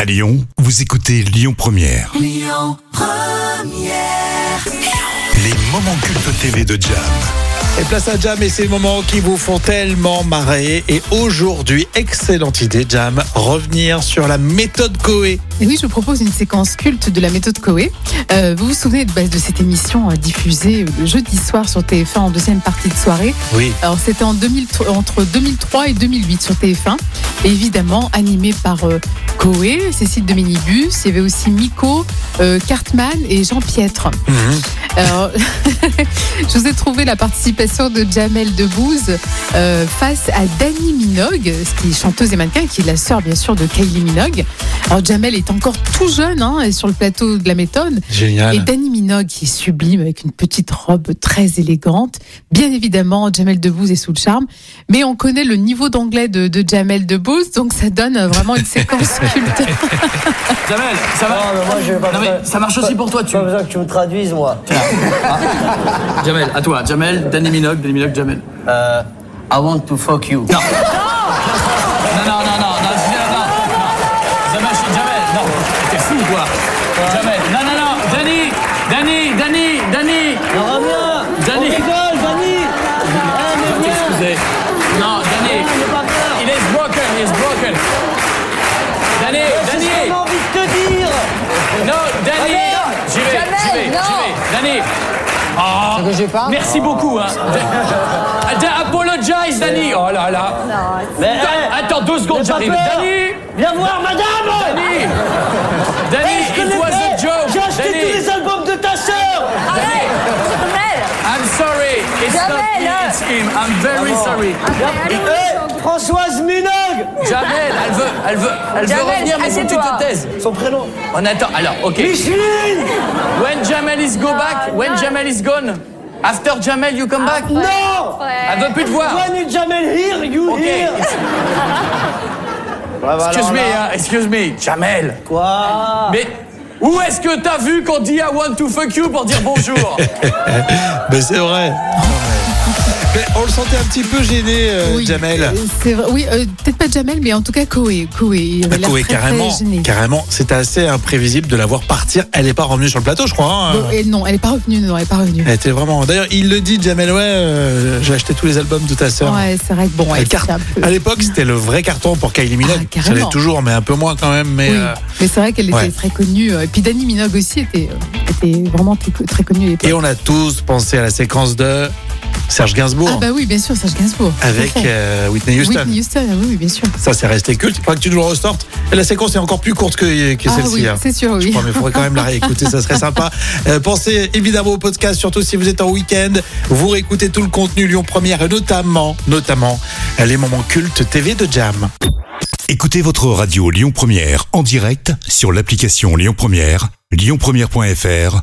À Lyon, vous écoutez Lyon Première. Les moments cultes TV de Jam. Et place à Jam et ces moments qui vous font tellement marrer. Et aujourd'hui, excellente idée Jam, revenir sur la méthode Coé. Et oui, je vous propose une séquence culte de la méthode Coé. Euh, vous vous souvenez de, bah, de cette émission euh, diffusée le jeudi soir sur TF1 en deuxième partie de soirée Oui. Alors c'était en 2000 entre 2003 et 2008 sur TF1. Et évidemment animé par euh, Coé, Cécile de Minibus, il y avait aussi Miko, euh, Cartman et Jean-Piètre. Alors, je vous ai trouvé la participation de Jamel Debbouze euh, face à Dani Minogue, ce qui est chanteuse et mannequin, qui est la sœur bien sûr de Kylie Minogue. Alors Jamel est encore tout jeune hein, et sur le plateau de la méthode. Et Génial. Dani Minogue qui est sublime avec une petite robe très élégante. Bien évidemment, Jamel Debbouze est sous le charme, mais on connaît le niveau d'anglais de, de Jamel Debbouze, donc ça donne euh, vraiment une séquence culte. Jamel, ça va Non, mais moi, je vais pas Non, faire- mais ça marche aussi pour toi, tu. Pas besoin que tu me traduises, moi. Jamel, à toi. Jamel, Danny Minogue, Danny Minogue, Jamel. Euh, I want to fuck you. Non. Non, non, non, non, non, je- non, non. Jamel, je suis Jamel. Non, t'es fou, toi. Jamel. Non, non, non. Danny, Danny, Danny, Danny. Non, reviens Danny. On rigole, Danny Eh, mais viens Excusez. Non, Danny. J'ai pas peur Il est broken, il est broken. Danny, C'est ce Danny. qu'on a envie de te dire Non, Danny. J'y vais, j'y vais, j'y vais. Danny. Ah. Oh. Merci beaucoup. Hein. Da- Da- Apologize, Danny. Oh là là. Mais, Dan- eh, Attends deux secondes, n'aie pas j'arrive. peur. Danny Viens voir, madame Danny Eh, je Danny, it connais was pas. a joke J'ai acheté Danny, tous les albums de ta sœur Arrête I'm sorry It's not me, Jamel. hein. it's him I'm very sorry Eh, Françoise Minogue Jamel, elle veut, elle veut, elle veut Jamel, revenir, mais faut que tu assieds-toi. te taises Son prénom On attend, alors, ok. Micheline When Jamel is go Ah, back, when Jamel is gone, after Jamel you come back Non Elle veut plus te voir When you Jamel here, you Ok. here Excuse me, hein, excuse me Jamel Quoi Mais où est-ce que t'as vu qu'on dit I want to fuck you pour dire bonjour Mais bah, c'est vrai. Mais on le sentait un petit peu gêné, euh, Oui, Jamel. euh, c'est vrai. Oui, euh, peut-être pas Jamel, mais en tout cas Koé. Koé, il avait Bah, l'air Coé, très, très carrément, gêné. carrément, c'était assez imprévisible de la voir partir. Elle n'est pas revenue sur le plateau, je crois. hein. Bon, et non, elle est pas revenue, non, elle est pas revenue. Elle était vraiment. D'ailleurs, il le dit, Jamel, ouais, euh, j'ai acheté tous les albums de ta sœur. Ouais, c'est vrai que bon, Elle elle carte- un peu. À l'époque, c'était le vrai carton pour Kylie Minogue. Ah, Ça l'est carrément. toujours, mais un peu moins quand même. Mais Oui, euh, mais c'est vrai qu'elle était ouais. très connue. euh, Et puis Dani Minogue aussi était, euh, était vraiment très, très connue à l'époque. Et on a tous pensé à la séquence de Serge Gainsbourg Ah bah oui, bien sûr, Serge Gainsbourg. avec Tout à fait. euh, Whitney Houston. Whitney Houston, ah oui, oui, bien sûr. Ça, c'est resté culte. Il faudra que tu nous le ressortes. Et la séquence est encore plus courte que, que ah celle-ci. oui, hein. c'est sûr, Je oui. crois, mais il faudrait quand même la réécouter, ça serait sympa. Euh, pensez évidemment au podcast, surtout si vous êtes en week-end. Vous réécoutez tout le contenu Lyon Première, et notamment, notamment euh, les moments cultes TV de Jam. Écoutez votre radio Lyon Première en direct sur l'application Lyon Première, lyonpremière.fr